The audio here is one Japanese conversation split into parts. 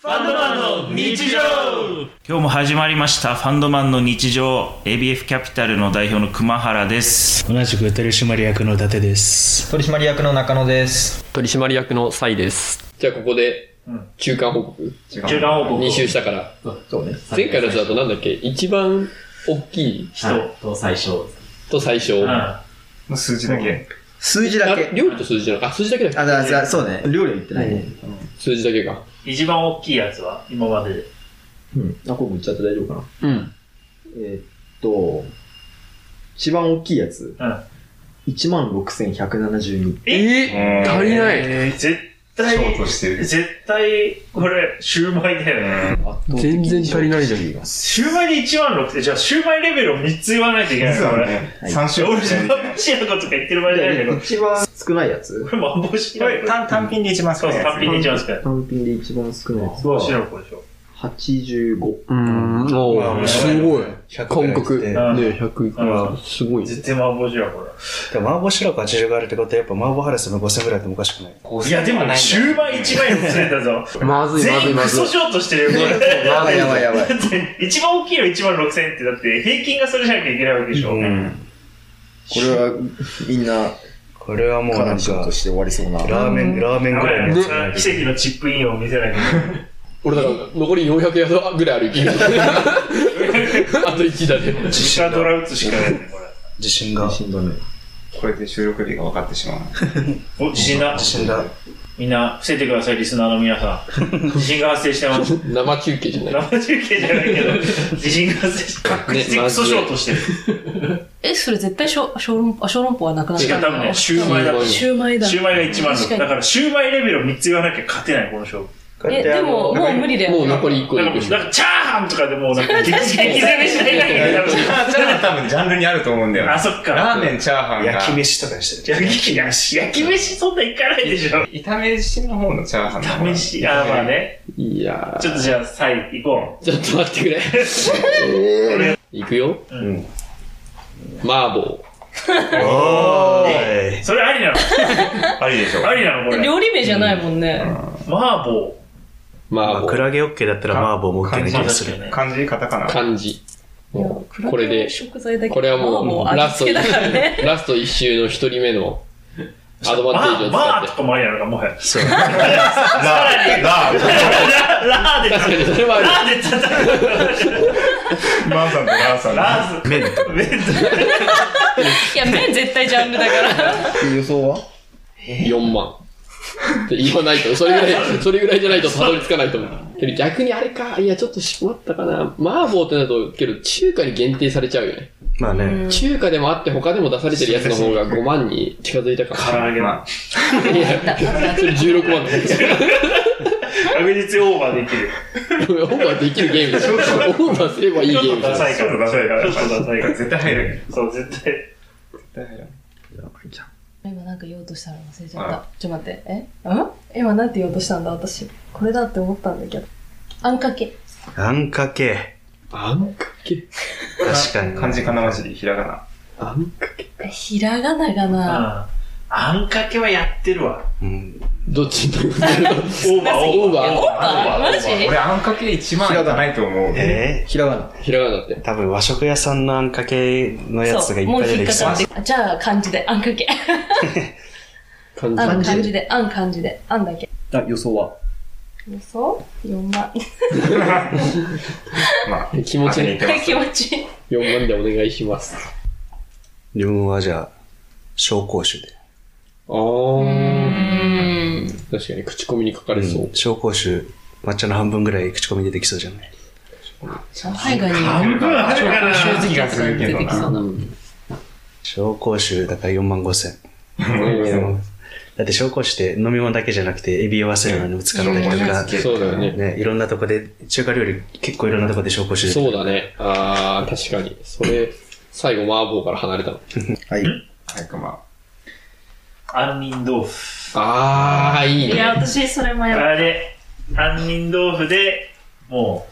ファンドマンの日常今日も始まりましたファンドマンの日常 ABF キャピタルの代表の熊原です同じく取締役の伊達です取締役の中野です。取締役のサイです。じゃあここで、中間報告。中間報告2周したから。そうね。前回のやつだとなんだっけ一番大きいはいと最初。と最小。あの数字だけ数字だけ。料理と数字なのあ、数字だけだあ、だだそうね。料理は言ってないね。数字だけか。一番大きいやつは今までで。うん。あ、ここ言っちゃって大丈夫かな。うん。えーっと、一番大きいやつ。うん。 1万6172。えうん足りない。えー絶シ対ョー、トしてる絶対、これ、シューマイだよね。全然足りないじゃん。シューマイで1万6って、じゃあシューマイレベルを3つ言わないといけない実のこはれ。ねはい3俺、週俺、間しマないンボシなことか言ってる場合じゃないけど、こ一番少ないやつれマンボシこなれ単単品で一番少そう、ないやつ単品で一番少ない。単品で一番少ないやつどうしはろこれでしょ。 85。うーん、まあおまーあすごい。韓韓国でうんね100いくうら、すごい。絶対マンボシだ、これ。マーボーシロコ80があるってことはやっぱマーボーハラスの5000ぐらいでもおかしくないいや、でも、シューマイ1枚のつれたぞ。まずい、まず全い、員まクずソい。ショートしてるよ、これ。やばいやばいやばい。だって 一番大きいの1万6000ってだって平均がそれじゃなきゃいけないわけでしょ、うんこれは、みんな、これはもうかななんりショーかトして終わりそうな。ラーメンラーメンぐらいのやつじゃない奇跡のチップインを見せないと俺だから残り400ヤードぐらいある 勢いあと1だね。実家ドラ打つしかないねこれ自信がしんどいね。これで収録日が分かってしまうお地震だ自信がみんな伏せてくださいリスナーの皆さ ん地震が発生してます生中継じゃない。生中継じゃないけど地震が発生して確実にクソショートしてるえ、それ絶対小小籠包、あ小籠包はなくなった違う多分ねシューマイだとシューマイだ。シューマイが1万確かだにからシューマイレベルを3つ言わなきゃ勝てないこの勝負え、でも、もう無理だよ。もう残り1個だでかいくらし。なんかチャーハンとかでもうなんか激激攻めしない限り多分あ、チャーハン多分ジャンルにあると思うんだよあそっかラーメン、チャーハンが焼き飯とかにしてる焼き飯焼き飯そんないかないでしょ炒め飯の方のチャーハンの方試し、あ、まあね。いやちょっとじゃあ、サイ、行こー。ちょっと待ってくれ。えーいくよ。うん麻婆。おーう。それありなのありでしょありなのこれ。料理名じゃないもんね。麻婆。麻ク婆。ラゲオッケーだったらマーボーも OK な気がするね漢字カタカ ナ漢字。もうこれで、食材だけこれはもう、まあラ味スト付け一だからね。 ラスト一周の一人目のアドバンテージをま使あっとて。かもありなのか、もはや。そうラーララーで叩確かに、それはあく。る。ラーで叩く。マンさんとラーさんラーズ。麺とめっちゃいや、麺絶対ジャンルだ から。で予想は4万。って言わないと、それぐらい、それぐらいじゃないとたどり着かないと思う。けど逆にあれか、いや、ちょっとしまったかな。麻婆ってなると、けど中華に限定されちゃうよね。 まあね中華でもあって他でも出されてるやつの方が5万に近づいたか唐揚げだまあ。も。いや、それ16万だ。確実にオーバーできる。オーバーできるゲームでしょ。オーバーすればいいちゲょっーとムダだ。サいから。ちょっとダサいからちょっとダサいから。絶対入るそう、絶対。今なんか言おうとしたの忘れちゃった。ちょっと待って。えん今なんて言おうとしたんだ、私。これだって思ったんだけど。あんかけ。あんかけあんかけ。確かに漢字かなまじりひらがなあんかけ。えひらがながな。ああんかけはやってるわ。うんどっちにオーバー、オーバーオーバあ、ー。マジ俺あんかけ1万いかないと思うえひらがな。ひらがなって。ー多分和食屋さんのあんかけのやつそ、がいうっもぱうい出引てっきかそうかって。あじゃあ、漢字で、あんかけ。感あのじ。漢字で、あん漢字で、あんだけ。あ、予想は予想 ?4 万。まあ気持ち当てに行ね。けます 気持ちいい。 4万でお願いします。自分はじゃあ紹興酒であー。うん。確かに口コミに書かれそう。紹興酒抹茶の半分ぐらい口コミ出てきそうじゃない上海ガニ。半分あるから。正直がするけど出てきそなうな紹興酒だから4万5千うんだって紹興酒って飲み物だけじゃなくてエビを合わせるのにも使ったりとか、そうだよね。ね、いろんなとこで中華料理結構いろんなとこで紹興酒出てくそるうだね。あー、確かに。それ、最後、麻婆から離れたの。はい。はいくま杏仁豆腐。あー、いいいね。や、私、それもやっあれ、杏仁豆腐で、も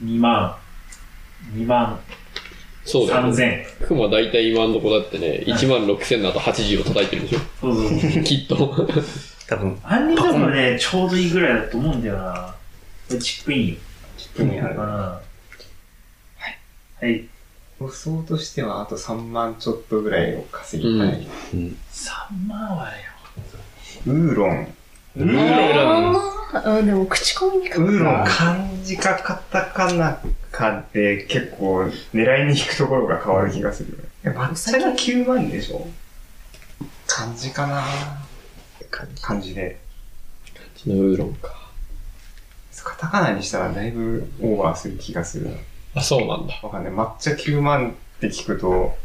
う、2万、2万そうだよ3ね。千。熊は大体今のとこだってね、1万6000の後80を叩いてるでしょ。そうそうそう。きっと。多分杏仁豆腐はね、ちょうどいいぐらいだと思うんだよな。これチップインよ。チップインある。はい。はい。予想としては、あと3万ちょっとぐらいを稼ぎたい。 3万はよ。ウーロン。ウウーロンあーうん、でも口コミにかウかーるロンな。漢字かカタカナかで結構狙いに引くところが変わる気がするよね。え抹茶が9万でしょ漢字かな漢字で。ちのウーロンか。カタカナにしたらだいぶオーバーする気がするな。あ、そうなんだ。わかんない。抹茶9万って聞くと、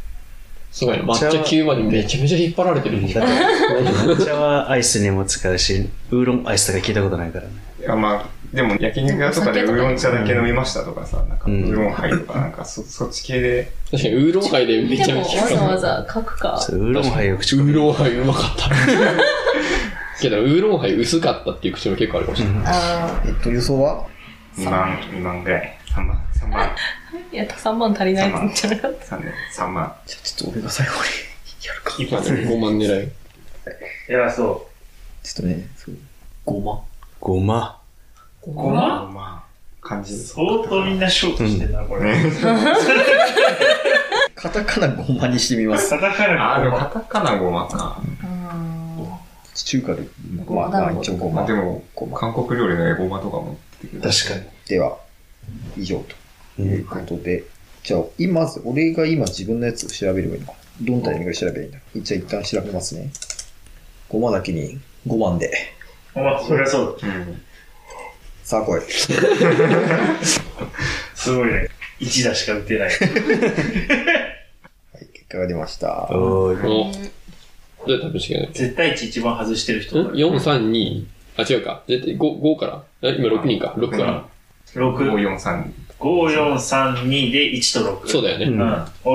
すごいな。抹茶9までめちゃめちゃ引っ張られてる。だって、抹茶はアイスにも使うし、ウーロンアイスとか聞いたことないからね。いやまあ、でも焼肉屋とかでウーロン茶だけ飲みましたとかさ、なんかウうんーロンハイとかなんかそそっち系で、確かにウーロン界でめちでゃもめちゃわ引っ張ざられわてざ書くか。そうウーロンハイを口る。コウミーにロンハイうまかった。けど、ウーロンハイ薄かったっていう口も結構あるかもしれない。あえっと、予想は2万、2万ぐらい。3万、3万、あ。いや、3万足りないんじゃなかっ3年、3万。じゃあちょっと俺が最後にやるか。今ね、5万狙い。偉そちょっとね、そう5万ごま。た。う。5万まあ、漢字相当みんなショートしてんな、これ。ね。カタカナ5万にしてみます。叩かれあー、でもる。カタカナ5万か。あ中華で、まあ、五万まあ一応5まあ万。でも、 5万。韓国料理のエゴマとかも出てくる。確かに。では、以上ということで、じゃあ、今、まず俺が今自分のやつを調べればいいのか。どのタイミングで調べればいいんだ。じゃあ一旦調べますね。5万だけに、5万で。まあ、そりゃそううん。さあ来い。だ。すごいね。1打しか打てない。はい、結果が出ました。おーい。おーどうやって発表していけない絶対値一番外してる人ん ?4、3、2。あ、違うか。絶対 5, 5から。え今6人か。6から。 6、 543。 5、4、3、2で1と6。そうだ。だようね。ん。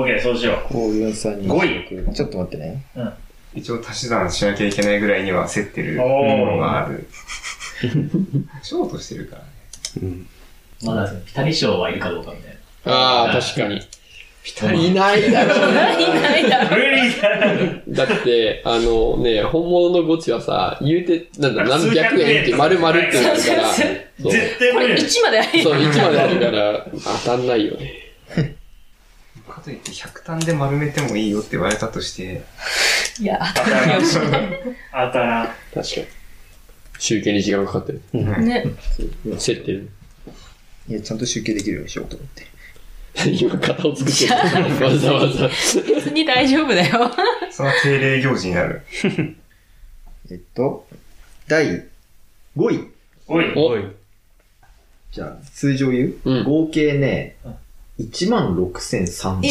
OK、そうしよ54326五位ちょっと待ってね。一応足し算しなきゃいけないぐらいには競ってるもおーのがある。ショートしてるからね。うん。まだピタリ賞はいるかどうかみたいな。ああ、確かに。いないだろうな。いないだう。無理だ。だって、あのね、本物のゴチはさ、言うて、なんだ、何数百円百円って丸々ってなるから、数そ百う、絶対こ無れ理。 1まで入そる。う、1まであるから、当たんないよね。かといって100単で丸めてもいいよって言われたとして、いや、当たらん。当たらん。確かに。集計に時間がかかってる。ね。競ってる。いや、ちゃんと集計できるようにしようと思って。 今、型を作って る。わざわざ。別に大丈夫だよ。その定例行事になる。えっと、第5位。おい。お、い。じゃあ、通常言う、うん合計ねうん、 16,003え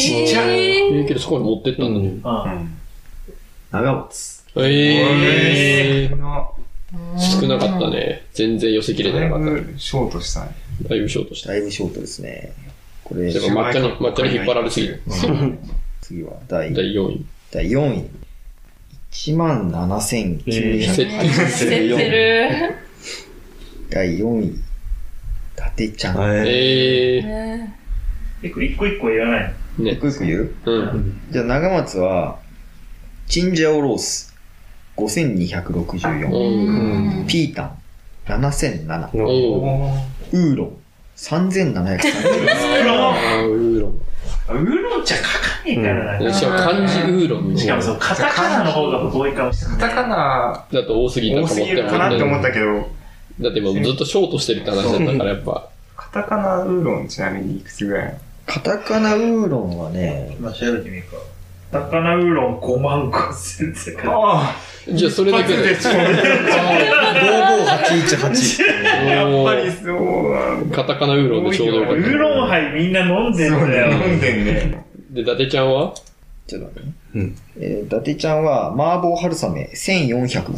円。ー言うけどそこに持ってったんだうんね。うん。長松。ええこの、ー。少なかったね。全然寄せきれてだいなかった。ぶショートしたね。だいぶショートした。だいぶショートですね。これで、も抹茶に、抹茶に引っ張られすぎる。次は第第4位。第4位。競っ17,900。て焦ってる。第4位。伊達ちゃん。はい。ええね結構一個一個言わないー。ね。よくよく言ううん。じゃあ、長松は、チンジャオロース。5264。うんんピータン。7007。おーおーウーロン。3730。 ウーロンあーウーロン。ウーロン茶書かねえからな。しかも漢字ウーロンのしかもそ方のカタカナの方が多いかもしれなカい。タカナだと多すぎた多とす思っぎてるかなって思もったけど、だってもうずっとショートしてるって話だったからやっぱ。カタカナウーロンちなみにいくつぐらいなのカタカナウーロンはね、今調べてみるか。カタカナウーロン5万5千って書いてあるあじゃあそれだけで。 55818。あ、やっぱりそうなんだカタカナウーロンでちょうどよかウっーロン杯みんな飲んでんそうだね、よ。飲んでんね。た。で、伊達ちゃんはちょっと待ってね。うんえー伊達ちゃんは、麻婆春雨1405。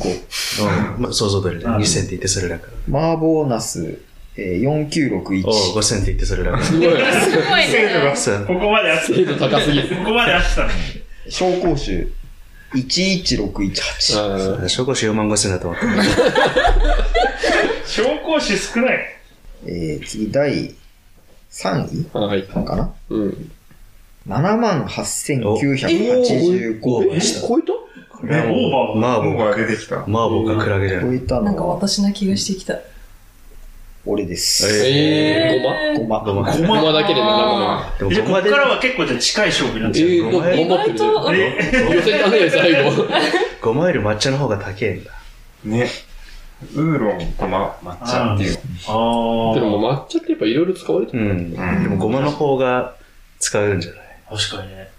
うんまあ、想像通りでうん2000って言ってそれだから。麻婆茄子、えー、4961。おう5000って言ってそれ だから。すごい。すごいね。そうここまであった。精度高すぎ る。ここまであったのに。紹興酒、11618。あー紹興酒4万5000だと思った。紹興酒少ない。えー、次、第3位あはい。かなうん。 ?78,985。オーバーした。超えたオーバー。マーもボーう出てきた。麻婆かクラゲじゃない。超えたなんかのは、私な気がしてきた。俺です。えー、ごまごま。ごま。ごまだけで7個目。じでもゃあ、ごこまっでからは結構じゃあ近い勝負になっえちゃう。ー、なんか意頑張って外ると、うんえね。寄せたね、最後。ごまより抹茶の方が高いんだ。ね。ウーロン、ごま、抹茶っていう。あでもあ。抹茶ってやっぱいろいろ使われてる。うん。でうんもごまの方が使うんじゃない確かにね。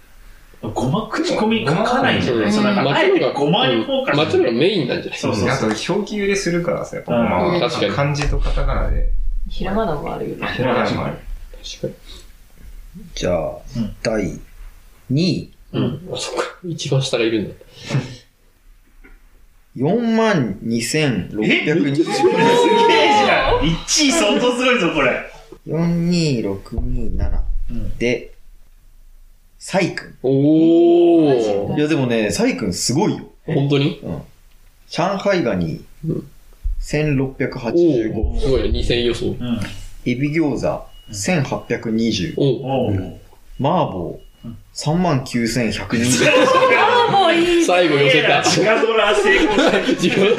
ごま口コミ書かないんじゃないうんそう、だから、あえ抹茶てのご方が、まうにんフォーカス。抹茶の方がメインなんじゃないそうそうあそう。と、表記揺れするからさ、やっぱごうんまは。確かに漢字とカタカナで。ひらがなもあるよね。ひらがなもある。確かじゃあ、うん第2位、に。うん。あ、そっか。一番下がいるんだ。 4万2620すげえじゃん。1位相当すごいぞ、これ。 42627うんで、サイ君。おうーん。いやでもね、サイ君すごいよ。本当に上海ガニうん、 1685。おーすごいね、2000予想。うん。エビ餃子、1820。おおーう。麻婆うん、 39120。あもういい。最後寄せた。近ドラ成功した。 自分、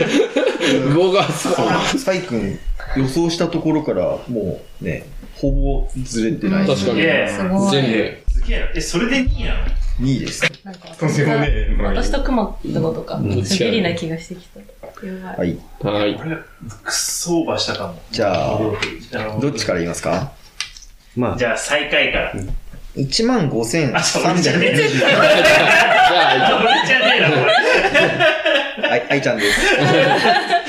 5月。サイ君、予想したところから、もうね、ほぼずれてない。確かすにげえ。すごい。全すげえな。え、それで2位なの2位です。なんかとんで私もがねえのに。私と熊ってことかん。すげりな気がしてきた。やば。はいい。部。はい。俺、くっそオーバーしたかも。じゃあ、どどっちから言いますかまあ、じゃあ、最下位から。 1万あ、ちょ、俺じゃねえ。 5320じゃじゃあ、俺じゃねえな、これ。はい、あいちゃんです。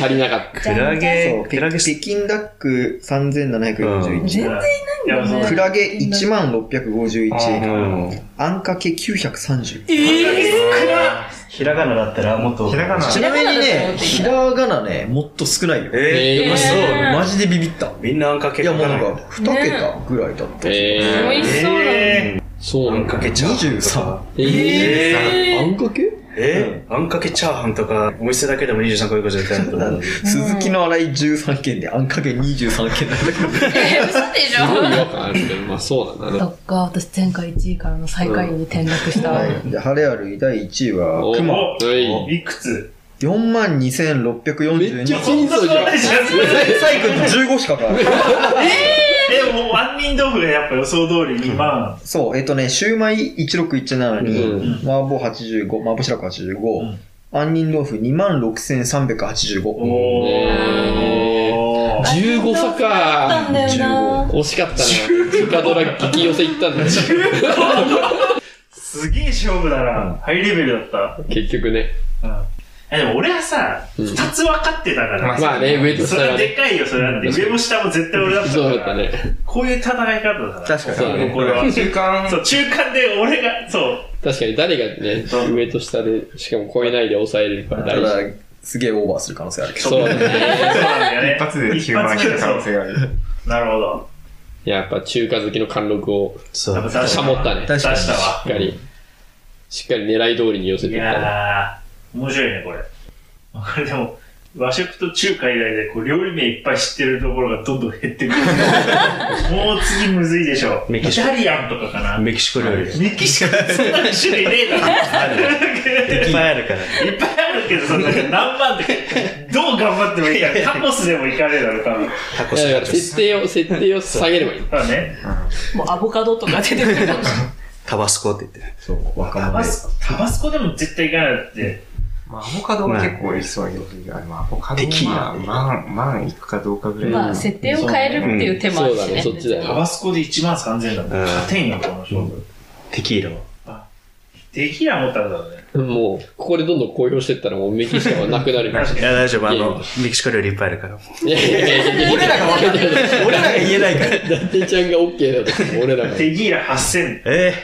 足りなかった。クラそゲ、う、クペララゲゲ、北京ダック3741。全然いないんだねクラゲ1万う651。ん。あんかけ930。ひらがなだったらもっと。ひらがなちなみにね、ひらがなね、もっと少ないよ。ええー、ーそう。マジでビビった。みんなあんかけいや、もうなんいか2桁ぐらいだった。え美味しそうだね。ー、そうあなんんだ。かけチャーハンと23か。ええー、あんかけー、えーあんかけチャーハンとか、お店だけでも23個以上絶対あると思う。鈴木の新井13件であんかけ23件なんだけど。え、嘘でしすごい違ょ和感あるけど、まあそうなんだ そね。っか、私前回1位からの最下位に転落した。はい。で、晴れある第1位は、熊。おはい。いくつ42,642。めっちゃ僅差じゃん。サイ君と15しか 変わらない。でも、杏仁豆腐がやっぱ予想通り2万。そう、えっとね、シューマイ1617うにん、麻婆85、麻婆白子85、うん杏仁豆腐26,385。えおー。 15差あったんだか。よな。惜しかったな。直ドラ激寄せ行ったんだね。すげえ勝負だな。ハイレベルだっ結局ね。た。うん。え、でも俺はさ、うん2つ分かってたから。まあね、上とそ下れはがでね。かいよ、それはね。うん上も下も絶対俺だったそうだっかたら。ね。こういう戦い方だから。確そうだねこれは。中間そう、中間で俺が、そう、確かに誰がね、上と下で、しかも超えないで抑えれるからた大だ事。、すげえオーバーする可能性あるけど。そうだね。そうなんだよね。一発で9万引く可能性がある。なるほど。やっぱ中華好きの貫禄をそやっぱう。出しゃもったね。出確したかにわ。しっかり、しっかり狙い通りに寄せいていったね。やー、面白いね、これ。これでも、和食と中華以外でこう料理名いっぱい知ってるところがどんどん減 ってくる。もう次むずいでしょ。イメキシコタリアンとかかな。メキシコ料理。メキシコ、そんなの種類ねえだろ。いっぱいあるから。いっぱいあるけど、そんな何万って、どう頑張ってもいい から、タコスでもいかねえだろ、多分。タコいスやだから設定を、設定を下げればいい。まあね。もうアボカドとか出てくるかもしれない。タバスコって言って。そう、若タ者バで。スコ、タバスコでも絶対いかないって。まあ、アボカドは結構いきそうな気がする。まあ、アボカドテキーはまラあ、まあ、まあ、いくかどうかぐらい。まあ、設定を変えるっていう手もあるしね。そうだねそっちだよタバスコで1万3000だもん。うん勝てんよ、この勝負。テキーラを。できや思ったんだろうね。もう、ここでどんどん公表してったらもうメキシコはなく なる。いや、大丈夫。あの、メキシコ料理いっぱいあるから。いやいやいやいや俺らが分かんない。俺らが言えないから。 伊達ちゃんが OK だと。俺らが。テギーラ8000。 え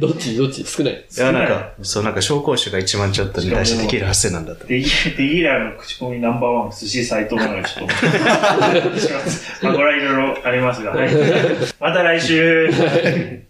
どっちどっち少ない。えいや、なんか、そう、なんか、紹興酒が1万ちょっとに対してテキーラ8000なんだ と。テギテギーラの口コミナンバーワン、寿司斎藤なので ちょっと。 まあ、これはいろいろありますが、はいまた来週。